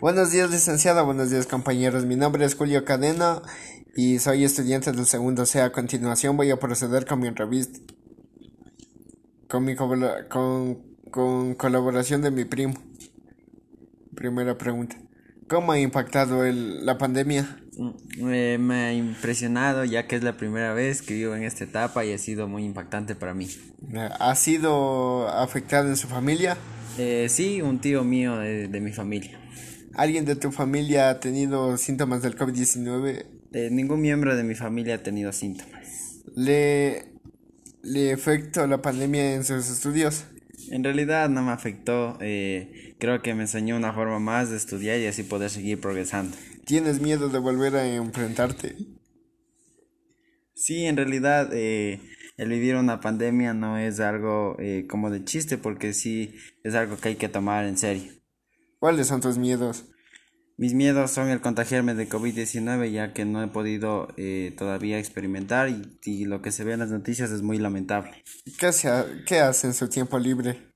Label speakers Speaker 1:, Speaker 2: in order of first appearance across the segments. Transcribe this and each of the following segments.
Speaker 1: Buenos días, licenciada. Buenos días, compañeros. Mi nombre es Julio Cadena y soy estudiante del segundo C. A continuación voy a proceder con mi entrevista. Con mi cobla- con, con colaboración de mi primo. Primera pregunta. ¿Cómo ha impactado el- la pandemia?
Speaker 2: Mm, eh, me ha impresionado ya que es la primera vez que vivo en esta etapa y ha sido muy impactante para mí.
Speaker 1: ¿Ha sido afectada en su familia?
Speaker 2: Eh, sí, un tío mío de, de mi familia.
Speaker 1: ¿Alguien de tu familia ha tenido síntomas del COVID-19?
Speaker 2: Eh, ningún miembro de mi familia ha tenido síntomas.
Speaker 1: ¿Le, le afectó la pandemia en sus estudios?
Speaker 2: En realidad no me afectó, eh, creo que me enseñó una forma más de estudiar y así poder seguir progresando.
Speaker 1: ¿Tienes miedo de volver a enfrentarte?
Speaker 2: Sí, en realidad eh, el vivir una pandemia no es algo eh, como de chiste porque sí es algo que hay que tomar en serio.
Speaker 1: ¿Cuáles son tus miedos?
Speaker 2: Mis miedos son el contagiarme de COVID-19 ya que no he podido eh, todavía experimentar y, y lo que se ve en las noticias es muy lamentable.
Speaker 1: ¿Qué, se ha- qué hace en su tiempo libre?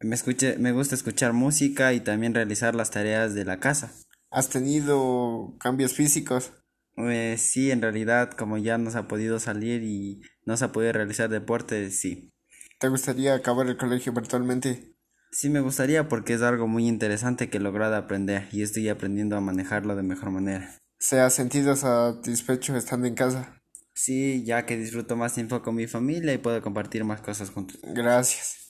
Speaker 2: Me, escuche, me gusta escuchar música y también realizar las tareas de la casa.
Speaker 1: ¿Has tenido cambios físicos?
Speaker 2: Eh, sí, en realidad como ya no se ha podido salir y no se ha podido realizar deporte, sí.
Speaker 1: ¿Te gustaría acabar el colegio virtualmente?
Speaker 2: Sí me gustaría porque es algo muy interesante que he logrado aprender y estoy aprendiendo a manejarlo de mejor manera.
Speaker 1: ¿Se ha sentido satisfecho estando en casa?
Speaker 2: Sí, ya que disfruto más tiempo con mi familia y puedo compartir más cosas juntos.
Speaker 1: Gracias.